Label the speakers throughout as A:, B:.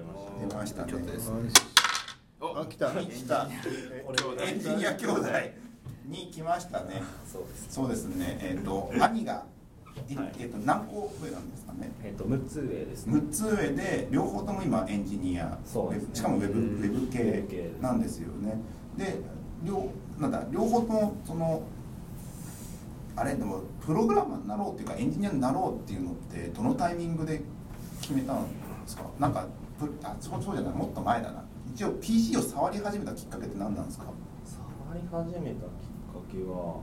A: ましたね。
B: お
A: あ、来た、来た。えエンジニア兄弟に来ましたね。
C: そうです。
A: そうですね。えっと、兄が、え
C: はい
A: えっと、何個上なんですかね。
C: えっ、と6つ上ですね。
A: 6つ上で両方とも今エンジニア
C: そうですね
A: しかもウェブ
C: うん
A: ウェブ
C: ウェ
A: 系
C: ブ系
A: なんですよねで両なんだ両方ともそのあれでもプログラマーになろうっていうかエンジニアになろうっていうのってどのタイミングで決めたんですかなんかプあそうそうじゃないもっと前だな一応 PC を触り始めたきっかけって何なんですか
C: 触り始めたきっかけは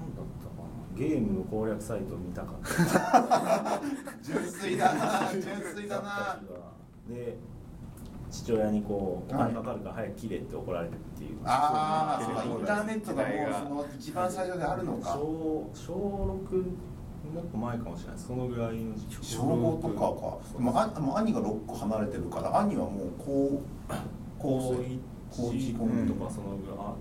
C: 何だったかな。ゲームの攻略サイトを見たかった。
A: 純粋だな純粋 だな
C: で父親にこうお
A: はい
C: 金かかるから早く切れって怒られるっていう。
A: ああそうかイ
B: そうね
A: ンターネットがも
B: 時代
A: う
B: が
A: その一番最初であるのか
C: 小小六もっと前かもしれないです。そのぐらいの時期
A: 小5とかかでもあでも兄が6個離れてるから兄はもう高
C: 高
A: 生
C: 一
A: 高一
C: 高二とかそのぐらい、あでも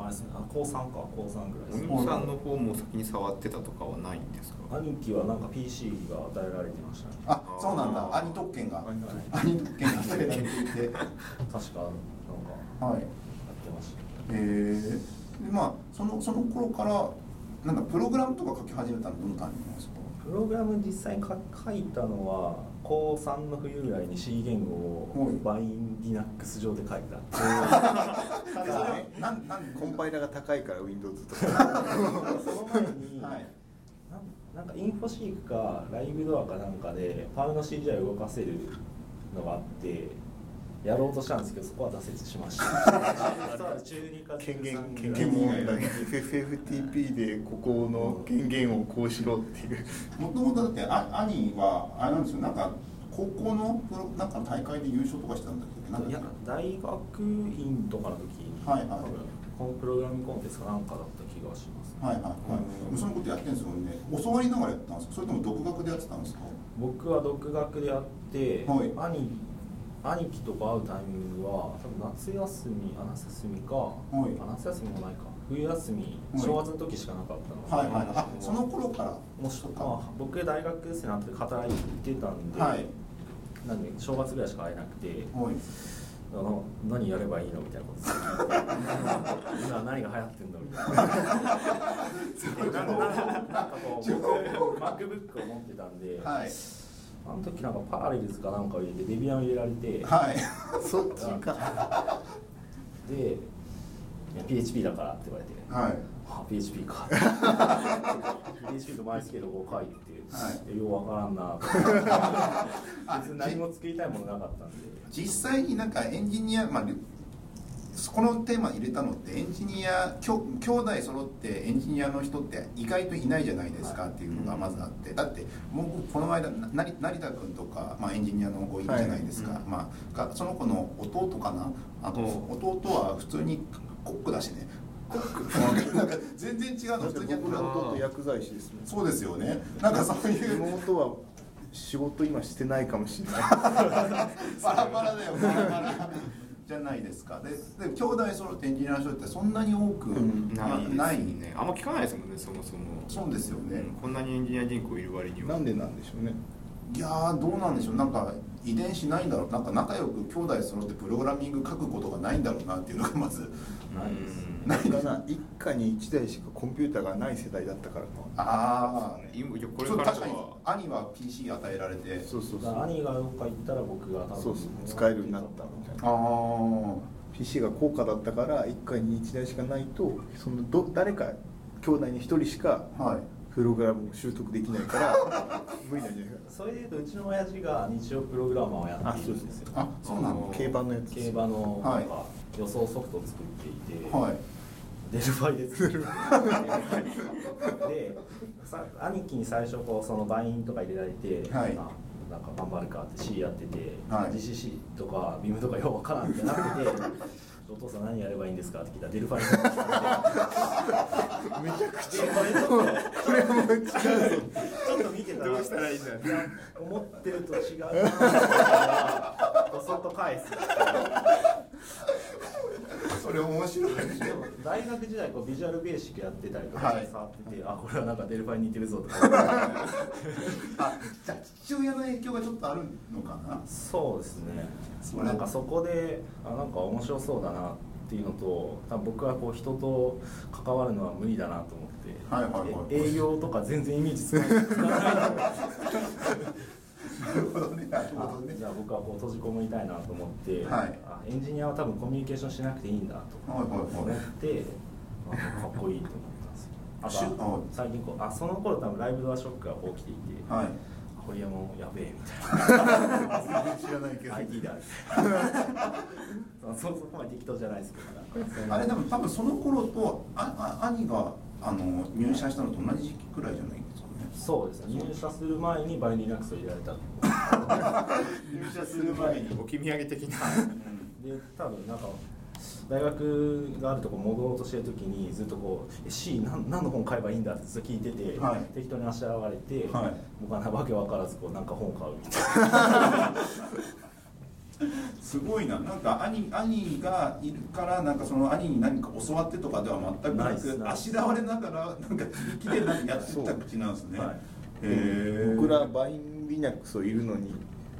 C: あれですねあ高三か高三ぐらいです
B: 小
C: ね。
B: 野さんの方も先に触ってたとかはないんですか
C: 兄貴はなんか PC が与えられてましたね。
A: あそうなんだ
B: あー
A: 兄特権が
B: 兄特
A: 兄特権が与えられて いて
C: 確かなんかや
A: はい
C: ってました。
A: えー、でまあそのその頃からなんだプログラムとか書き始めたのどのタイミングなんですか
C: プログラム実際にか書いたのは高3の冬ぐらいに C 言語
A: は
C: を
A: い
C: バインリナックス上で書いた
A: た
B: だ
A: なんなん
B: コンパイラが高いから Windows とか
C: その前に、
A: はい
C: なんなんかインフォシークかライブドアかなんかでパウの CGI を動かせるのがあってやろうとしたんですけどそこは挫折しま した中二か
D: 権限
C: 中三
D: 権限
C: ぐらい
D: 問題 FFTP でここの権限をこうしろっていう
A: もともとだってあ兄はあれなんですよなんか高校のプロなんか大会で優勝とかしたんだっけなんだっ
C: い
A: け
C: や大学院とかの時に、
A: はいはい
C: 多分このプログラミングコンテストかなんかだった気がします、
A: はいはいはい、そのことやってるんですよね教わりながらやってたんですかそれとも独学でやってたんですか
C: 僕は独学でやって、
A: はい
C: 兄兄貴とか会うタイミングは多分夏休みあ夏休みか、
A: い
C: あ夏休みもないか冬休み、
A: はい
C: 正月の時しかなかったの
A: はい
C: で、
A: はいあその頃から
C: もし
A: そっ
C: まあ、僕大学生になって働いてたんで、
A: はい
C: なんで正月ぐらいしか会えなくて
A: はい
C: あの何やればいいのみたいなこと する今何が流行ってんのみたいななんかなんかこう僕 MacBook を持ってたんで、
A: はい
C: あの時なんかパラレルズかなんかを入れてデビアンを入れられて、
A: はい
D: そっちか
C: でいや PHP だからって言われて、
A: はい
C: あ PHP か PHP とマイスケールを書いて、
A: は
C: ようわからんな
A: あ
C: 別に何も作りたいものなかったんで
A: 実際になんかエンジニアまあそこのテーマ入れたのってエンジニアきょ兄弟揃ってエンジニアの人って意外といないじゃないですかっていうのがまずあってだってもうこの間な成成田君とか、まあ、エンジニアの子いるじゃないですか、
B: はいうん
A: まあ、がその子の弟かなあと
B: お
A: 弟は普通にコックだしねコックなんか全然違うの普通にやって
D: 僕
A: る
D: の弟薬剤師ですね
A: そうですよねなんかそういう
D: 妹は仕事今してないかもしれない
A: バラバラだよバラバラじゃないですかでで兄弟揃ってエンジニアの人ってそんなに多く
D: うん
A: な,、ない
B: ですねあんま聞かないですもんねそもそも
A: そうですよね
B: んこんなにエンジニア人口いる割には
D: なんでなんでしょうね
A: いやーどうなんでしょうなんか遺伝しないんだろうなんか仲良く兄弟揃ってプログラミング書くことがないんだろうなっていうのがまず
C: ないです
B: うん
D: なんかな一家に一台しかコンピューターがない世代だったからか
A: ああ
B: 今いやこれ
A: そ
B: か
A: う
B: ら
A: 確かに
B: は
A: 兄は PC 与えられて
D: そうそうそ
C: だから
D: う
C: 兄がどっか行ったら僕が多分
D: そうそう使えるようになったみたいな
A: ああ
D: PC が高価だったから一家に一台しかないとそのど誰か兄弟に一人しか
A: はい
D: プログラムを習得できないから無理なんじゃないか
C: それでいうとうちの親父が日曜プログラマーをやっているんですよ
A: あそうなの
D: 競馬のやつ
C: 競馬の
A: は
C: ないんか予想ソフトを作っていて、
A: はい
C: デルファイ で作っててでさ兄貴に最初こうそのバインとか入れられて、
A: はい
C: あなんか頑張るかって C やってて、
A: はい
C: GCC とか BIM とかようわからんってなっててお父さん何やればいいんですかって聞いたらデルファイに
D: めちゃくち
C: でこれちょっと
D: ゃこれはもう違うぞ
C: ちょっと見てたら
B: どうしたらいいんだ
C: いや思ってると違うなと思ったらこそっと返す
A: そそれ面白いね
C: でも大学時代こうビジュアルベーシックやってたりと
A: は
C: か
A: い
C: 触ってて、あこれはなんかデルファイに似てるぞと か
A: あじゃあ父親の影響がちょっとあるのかな
C: そうですね
A: それ
C: なんかそこであなんか面白そうだなっていうのと多分僕はこう人と関わるのは無理だなと思って、
A: はいはいはい
C: え営業とか全然イメージつかない
A: なるほどねなるほどね
C: じゃあ僕はこう閉じこもりたいなと思って、
A: はい
C: あエンジニアは多分コミュニケーションしなくていいんだと
A: はいはいはい
C: 思って、あかっこいいと思ったんですよあ
A: し
C: と最近こうあその頃多分ライブドアショックがこう来ていて、
A: はい
C: 堀山もやべえみたい
D: 知らないけ
C: な IT だみたいな そうそこまで適当じゃないですけどなんかそんな
A: あれでも多分その頃とああ兄があの入社したのと同じ時期くらいじゃないですかね
C: そうですね入社する前にバイリナックスを入れられた
B: 入社する前にお気土産的な
C: で多分なんか大学があるとこ戻ろうとしてる時にずっとこうえ「C 何何の本買えばいいんだ」ってずっと聞いてて、
A: はい
C: 適当にあしらわれて、
A: はい
C: 僕はわけわからずこうなんか本買うみたい
A: すごいななんか兄兄がいるからなんかその兄に何か教わってとかでは全く
C: ない
A: な
C: っす
A: く
C: ない
A: あ
C: っす
A: しらわれながらなんか自力でなんかやってた口なんですね、
C: そうはい
A: へえ
D: 僕らバインリナックスをいるのに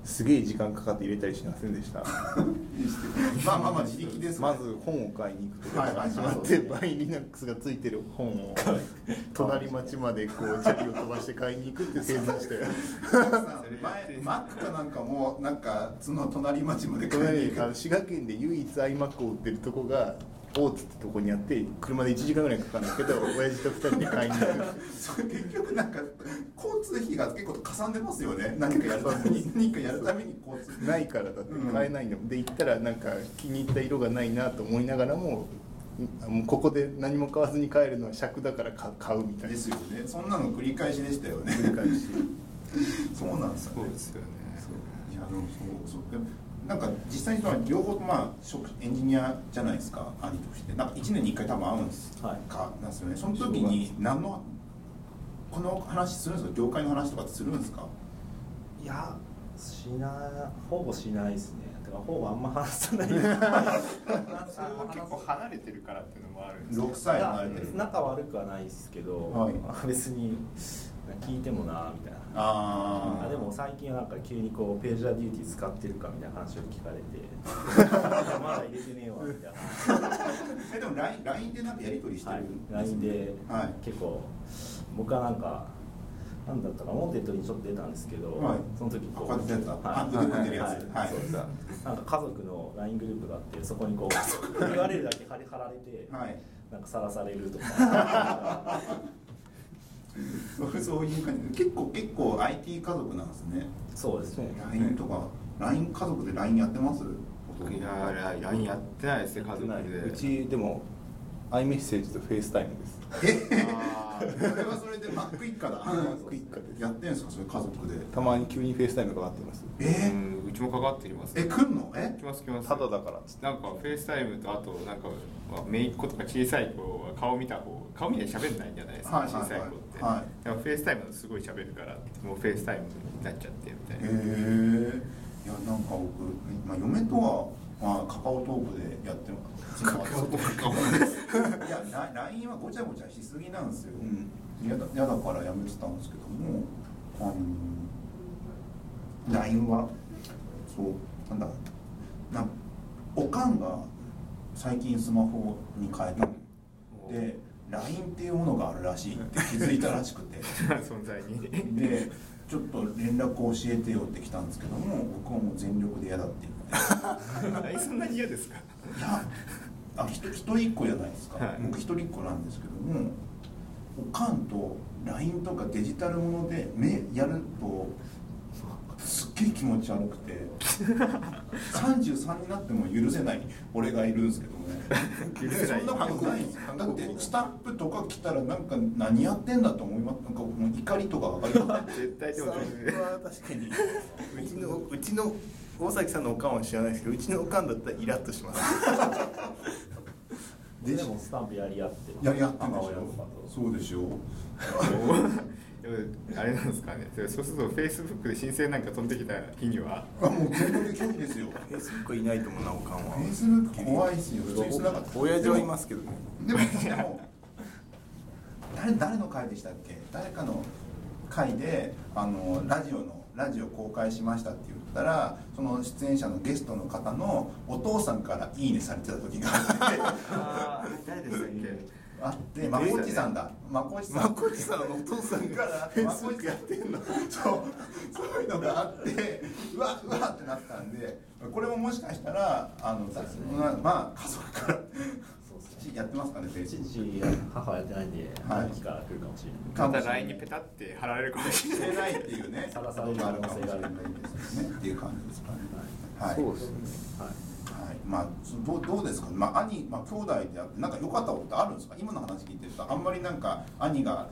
D: すげえ時間かかって入れたりしませんでした
A: まあまあまあ自力です、
D: まず本を買いに行くと
A: はい
D: か
A: はい
D: 始まってバインリナックスがついてる本を隣町までこうチャリを飛ばして買いに行くって生存して
A: 前マックかなんかもなんかその隣町まで帰り
D: 隣
A: に行
D: あの滋賀県で唯一 iMac を売ってるとこが大津ってとこにあって車で1時間ぐらいかかるんだけど親父と2人で買いに行く
A: く それ結局なんか交通費が結構かさんでますよね何かやるために何かやるために交通費
D: ないからだって買えないんだもん、で行ったらなんか気に入った色がないなと思いながらもんもうここで何も買わずに帰るのは尺だからか買うみたいな
A: ですよねそんなの繰り返しでしたよね
D: 繰り返し
A: そうなんですよ
B: そう
A: ね
B: ですよね
A: いやでもそうそうでもなんか実際にその両方まあ職エンジニアじゃないですか兄としてなんか1年に1回多分会うんですか、
C: はい
A: なんですよねその時に何のこの話するんですか業界の話とかってするんですか
C: ないやしなほぼしないですねてかほぼあんま話さない
B: それは結構離れてるからっていうのもあるんですけど
A: 6歳離れてる
C: いや仲悪くはないですけど、
A: はい
C: あ 別に聞いてもなみたいな
A: あ
C: あ
A: あ
C: でも最近はなんか急にこうページャーデューティー使ってるかみたいな話を聞かれて まだ入れてねえわみたいな
A: えでも LINE, LINE でなんかやり取りして
C: はい
A: る、
C: LINE で
A: はい
C: 結構僕はなんかなんだったかモンテッドにちょっと出たんですけど、
A: はい
C: その時
A: あこうやってやった
C: は
A: あ
C: い
A: 腕組んでるやつ
C: は
A: はいい
C: そうですなんか家族の LINE グループがあってそこにこう URL だけ貼り貼られて、
A: はい
C: なんかさらされると か
A: そうそういう感じ結構結構 IT 家族なんですね
C: そうですね
A: LINE とか LINE 家族で LINE やってます
B: 僕いやライ LINE やってないですね家族で
D: うちでも iMessage と FaceTime です
B: あー
A: それはそれで Mac 一家だ
D: Mac 一家です
A: やってんすかそれ家族で
D: たまに急に FaceTime がかかってます
A: え
B: う
A: ー、
B: んうちもかかってきます
A: え来んのえ
B: 来ます来ます
D: ただだからっつって
B: なんかフェイスタイムとあとなんかまあ姪っ子とか小さい子は顔見た方顔見て喋んないじゃないですか、
A: はいはいはい
B: 小さい子って、
A: は
B: でもフェイスタイムすごい喋るからもうフェイスタイムになっちゃってみた
A: へ
B: い
A: え
B: な、
A: いやなんか僕、まあ、嫁とは、まあ、カカオトークでやってますカカオトークいやラ LINE はごちゃごちゃしすぎなんですよ、嫌だ嫌だからやめてたんですけどもあの LINE はそうなんだなおかんが最近スマホに変えたの で LINE っていうものがあるらしいって気づいたらしくて。
B: 存在に
A: でちょっと連絡を教えてよって来たんですけども僕はもう全力で嫌だって言って
B: え そんなに嫌ですか
A: いや あひと一人一個じゃないですか、
B: はい
A: 僕一人一個なんですけどもおかんと LINE とかデジタルもので目やるとすっげえ気持ち悪くて 33になっても許せない俺がいるんですけどね
B: 許せない
A: そんなことないんですよだってスタッフとか来たらなんか何やってんだと思いますなんかもう怒りとか上がり ます
B: 絶対 でも
D: さんは確かにうちのうちの大崎さんのおかんは知らないですけどうちのおかんだったらイラッとします
C: でもスタンプやり合って
A: やり合ってんでし
C: 母親と
A: ょ
C: かと
A: そうでしょ
B: いやあれなんですかねそうするとフェイスブックで申請なんか飛んできた日には
A: あもう全部で虚偽ですよ
E: フェイスブックいないと思うなおかんは
A: フェイスブック怖いですよ普通に繋がっ
E: 親父はいますけどね
A: でもでも誰誰の回でしたっけ誰かの回であのラジオのラジオ公開しましたって言ったらその出演者のゲストの方のお父さんから「いいね」されてた時があって
B: 誰でしたっ
A: あってまこっちさんだまこっちさん
D: まこっちさんのお父さ んがフェイスブックやってんの
A: そうそういうのがあってうわうわってなったんでこれももしかしたらあのさまあまあ家族から
C: そうですね
A: やってますかね Facebook
C: 父や母はやってないんで、
A: はい
C: 兄貴から来るかもしれない
B: また LINE にペタって貼られるかもしれ
A: して
B: な
A: ないいっていうね、
C: さらされる可能性がある
A: ですね。っていう感じですかね。はい。
D: そう
A: は
D: ですね
C: はい
A: い。まあそどうどうですか。まあ兄、まあ兄弟であってなんか良かったことってあるんですか。今の話聞いてるとあんまりなんか兄が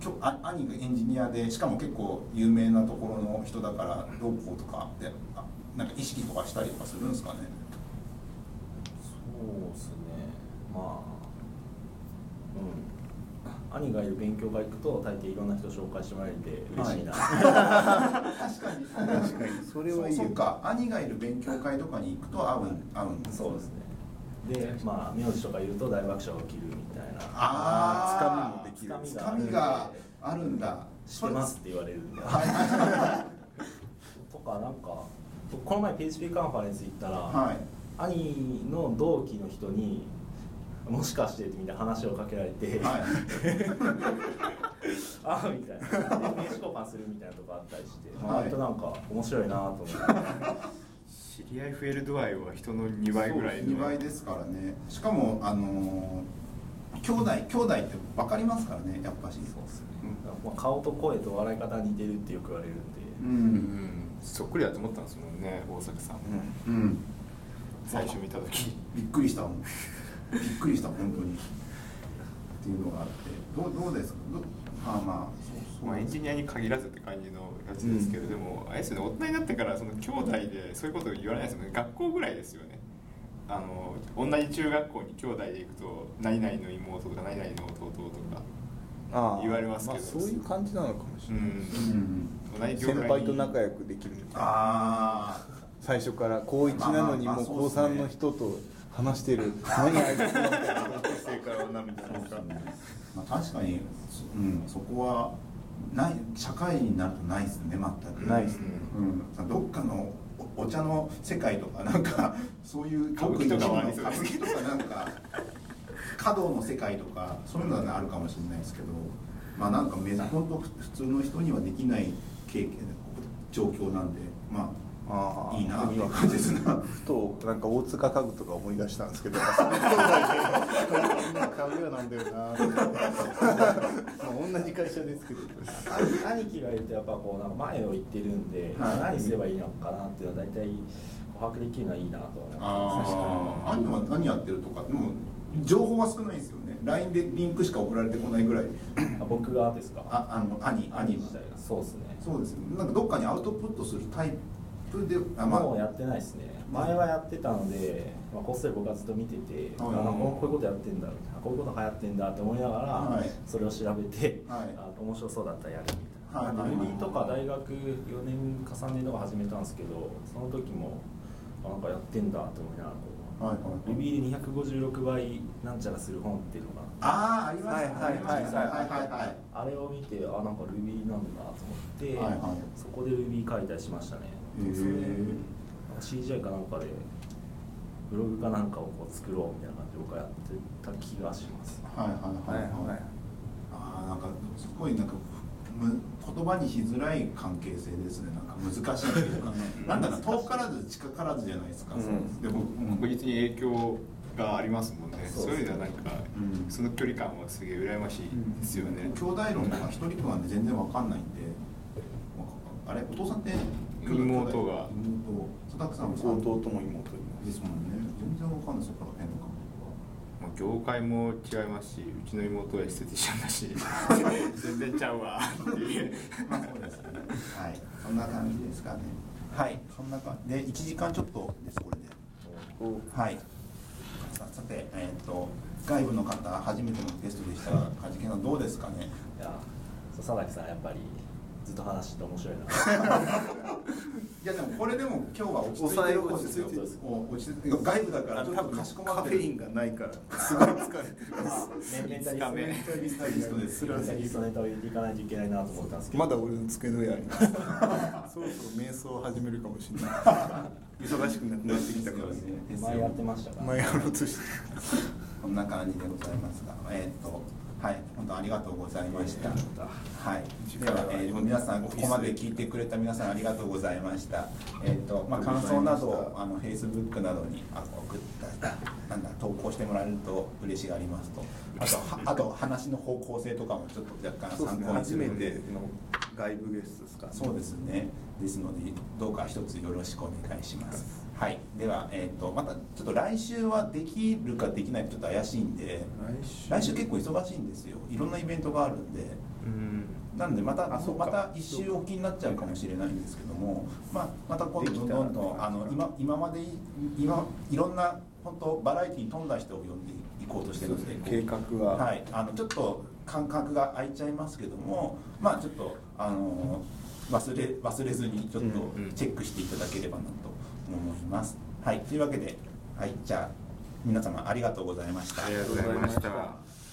A: きょあ兄がエンジニアでしかも結構有名なところの人だからどうこうとかってあなんか意識とかしたりとかするんですかね。
C: そうですねまあうん兄がいる勉強会行くと大抵いろんな人紹介してもらえて嬉しいな、
A: 確かに。
D: 確かにそれはいい
A: そ
D: よ
A: うか兄がいる勉強会とかに行くと合うん合うん
C: そうですねでまあ名字とか言うと大爆笑が起きるみたいな
A: ああ
E: あー掴みもできる
A: つかみがあるんだ
C: 知ってますって言われるんで
A: は
C: とかなんか僕この前 PHP カンファレンス行ったら、
A: いはい
C: 兄の同期の人にもしかしてってみんな話をかけられて、
A: はい
C: ああみたいなで名刺交換するみたいなとこあったりして、まあ
A: はい
C: 割となんか面白いなと思って
B: 知り合い増える度合いは人の2倍ぐらい
A: 2倍ですからねしかもあのー兄弟兄弟って分かりますからねやっぱしそうですね
C: まあ顔と声と笑い方似てるってよく言われるんで、
B: う
A: う
B: んんそっくりだと思ったんですもんね大阪さんも
A: うん
B: 最初見た時
A: びっくりしたもんびっくりした本当にっていうのがあってどうどうですかどまあまあそうそう
B: まあエンジニアに限らずって感じのやつですけど、でもあれですよね大人になってからその兄弟でそういうこと言わないですよね学校ぐらいですよねあの同じ中学校に兄弟で行くと何々の妹とか何々の弟とか
E: ああ
B: 言われますけど
E: あそういう感じなのかもし
B: う
E: れない、
A: うんん
B: 同じ業界
E: 先
B: に
E: 輩と仲良くできるみたいな
A: ああ
E: 最初から高1なのに
A: まあま
E: も
A: あ
E: う高
A: そうっすね
E: 3の人と話してる何あいつみたいな
D: 同級生からは涙なのか
A: まあ、確かに、そうん、そこはない社会人になるとないですね全く
E: ないっすね
A: うん、どっかのおお茶の世界とかなんかそういう
B: 歌舞伎とかはあり
A: 特
B: そ
A: に
B: う
A: 歌
B: で
A: 舞
B: す
A: 伎とかなんか華道の世界とかそういうのはねあるかもしれないですけどまあなんかめ本当普通の人にはできない経験状況なんでま
E: あ
A: あ
E: あ
A: いいなっていう感じですね
E: ふとなんか大塚家具とか思い出したんですけど
D: みんな買うようなんだよなまあ同じ会社ですけど
C: 兄兄貴がいるとやっぱこうなんか前を行ってるんで、
A: はい
C: 何すればいいのかなっていうのは大体把握できるのはいいなとは思います
A: あ兄は何やってるとかでも情報は少ないですよね LINE でリンクしか送られてこないぐらい
C: あ僕がですか
A: ああの兄兄
C: 自体がそうですね
A: そうですねなんかどっかにアウトプットするタイプであま
C: もう
A: あ
C: やってないですね前はやってたので、まあ、こっそり僕はずっと見てて、あ
A: はい
C: あこうこういうことやってんだみたいなこういうこと流行ってんだって思いながら、
A: はい
C: それを調べて、
A: はい
C: あ面白そうだったらやるみたいな、
A: はい
C: まあ MD とか大学4年か3年とか始めたんですけどその時もあなんかやってんだって思いながらこう、
A: はいはい
C: ビビーで256倍なんちゃらする本っていうのが
A: ああありました
E: はいはいはいはい
A: はいはいはい
C: あれを見てあなんか Ruby なんだと思って、
A: はいはい
C: そこで Ruby 書いたりしましたね
A: へえ
C: それ CGI かなんかでブログかなんかをこう作ろうみたいな感じで僕はやってた気がします
A: はいはいはいはいああなんかすごいなんかむ言葉にしづらい関係性ですねなんか難しいというかなんだろう遠からず近からずじゃないですか、
E: うん
A: でも、うん
B: 確実に影響がありますもんね
C: そ
B: そうう
C: ですね
B: いうのはなんか、
A: うん
B: その距離感はすげえ羨ましいですよね、
A: 兄弟論が一人っ子なんで全然わかんないんであれお父さんって兄弟
B: 妹が
A: 妹佐々木さんも
E: 弟とも妹に
A: ですもんね全然わかんないそこら辺の感覚は
B: まあ業界も違いますしうちの妹はエステティシャンだ し全然ちゃうわっていう
A: まあそうですね。はい、そんな感じですかね。はい、そんな感じで一時間ちょっとですこれで。はい。ささて、えっ、と外部の方初めてのゲストでしたが、梶木さんどうですかね。
C: いや佐々木さんやっぱりずっと話してて面白いな
A: いやでもこれでも今日は落ち着いて
D: 抑え
A: る
D: よう
A: 落ち着いて
D: 落ち着
A: る落ち着いてる外部だからちょっ
D: 多
A: と
D: 分
A: か
D: カ
A: し
D: フ
A: こまって
D: ェイン
A: る
D: がないからすごい疲れてる
C: メンタリ
B: 五日目
C: スト
A: リストリストです
C: メンタリストネタを入れていかないといけないなと思ったんですけど
D: まだ俺の机の上ありますそろそろ瞑想を始めるかもしれない忙しくなくなってきたから
A: ですねですよ
C: 前やってましたから
D: 前やろうとして
A: こんな感じでございますがえーっとはい本当ありがとうございましたはいでは、えー皆さんここまで聞いてくれた皆さんありがとうございましたえーっとまあ感想などをあの Facebook などにあの送ったなんだ投稿してもらえると嬉しがりますとあとはあと話の方向性とかもちょっと若干
D: そうです
A: 参
D: ね
A: 考にす
D: 初
A: る
D: め
A: ので
D: ての外部ゲストですか
A: そうですね。ですので、どうか一つよろしくお願いします。はい、では、えっ、と、また、ちょっと来週はできるかできないかちょっと怪しいんで。来週結構忙しいんですよ。いろんなイベントがあるんで。
B: うん
A: なのでまた
D: あそう
A: ま
D: か
A: た一周おきになっちゃうかもしれないんですけども、まあ、また今度どんどんど
D: でき
A: ん
D: たら
A: あの今今までい今いろんな本当バラエティに富んだ人を呼んでいこうとしてるので
D: 計画は、
A: はい、あのちょっと間隔が空いちゃいますけども、まあちょっとあの忘れ忘れずにちょっと
B: うんうん
A: チェックしていただければなと思います。はい、というわけで、はい、じゃあ皆様ありがとうございました。
B: ありがとうございました。